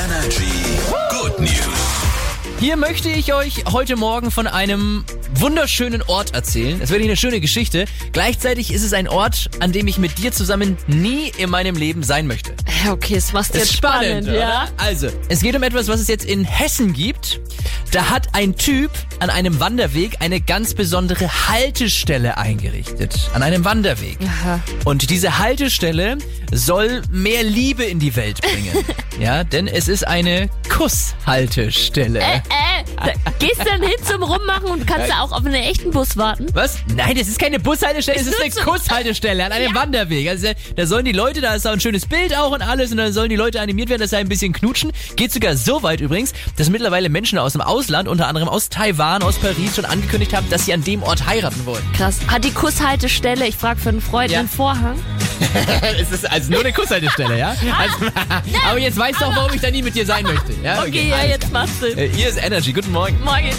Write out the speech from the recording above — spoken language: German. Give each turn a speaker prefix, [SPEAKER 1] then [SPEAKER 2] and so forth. [SPEAKER 1] Energy. Good News.
[SPEAKER 2] Hier möchte ich euch heute Morgen von einem wunderschönen Ort erzählen. Es wird hier eine schöne Geschichte. Gleichzeitig ist es ein Ort, an dem ich mit dir zusammen nie in meinem Leben sein möchte.
[SPEAKER 3] Ja, Okay, es machst jetzt spannend,
[SPEAKER 2] oder?
[SPEAKER 3] ja?
[SPEAKER 2] Also, es geht um etwas, was es jetzt in Hessen gibt. Da hat ein Typ an einem Wanderweg eine ganz besondere Haltestelle eingerichtet. An einem Wanderweg.
[SPEAKER 3] Aha.
[SPEAKER 2] Und diese Haltestelle soll mehr Liebe in die Welt bringen. ja, denn es ist eine Kusshaltestelle.
[SPEAKER 3] Äh, da gehst du dann hin zum Rummachen und kannst da auch auf einen echten Bus warten?
[SPEAKER 2] Was? Nein, das ist keine Bushaltestelle, das
[SPEAKER 3] Ist
[SPEAKER 2] ist eine
[SPEAKER 3] nur so-
[SPEAKER 2] Kusshaltestelle an einem Wanderweg. Also da sollen die Leute, da ist auch ein schönes Bild auch und alles und dann sollen die Leute animiert werden, dass sie ein bisschen knutschen. Geht sogar so weit übrigens, dass mittlerweile Menschen aus dem Ausland, unter anderem aus Taiwan, aus Paris, schon angekündigt haben, dass sie an dem Ort heiraten wollen.
[SPEAKER 3] Krass. Hat die Kusshaltestelle, ich frage für einen Freund,
[SPEAKER 2] Ja.
[SPEAKER 3] einen Vorhang?
[SPEAKER 2] es ist also nur eine Kusshaltestelle, ja?
[SPEAKER 3] Ah,
[SPEAKER 2] Also, aber jetzt weißt du auch, warum ich da nie mit dir sein möchte. Ja?
[SPEAKER 3] Okay, ja, jetzt macht's Sinn.
[SPEAKER 2] Äh, Hier ist Energy, guten Morgen.
[SPEAKER 3] Morgen.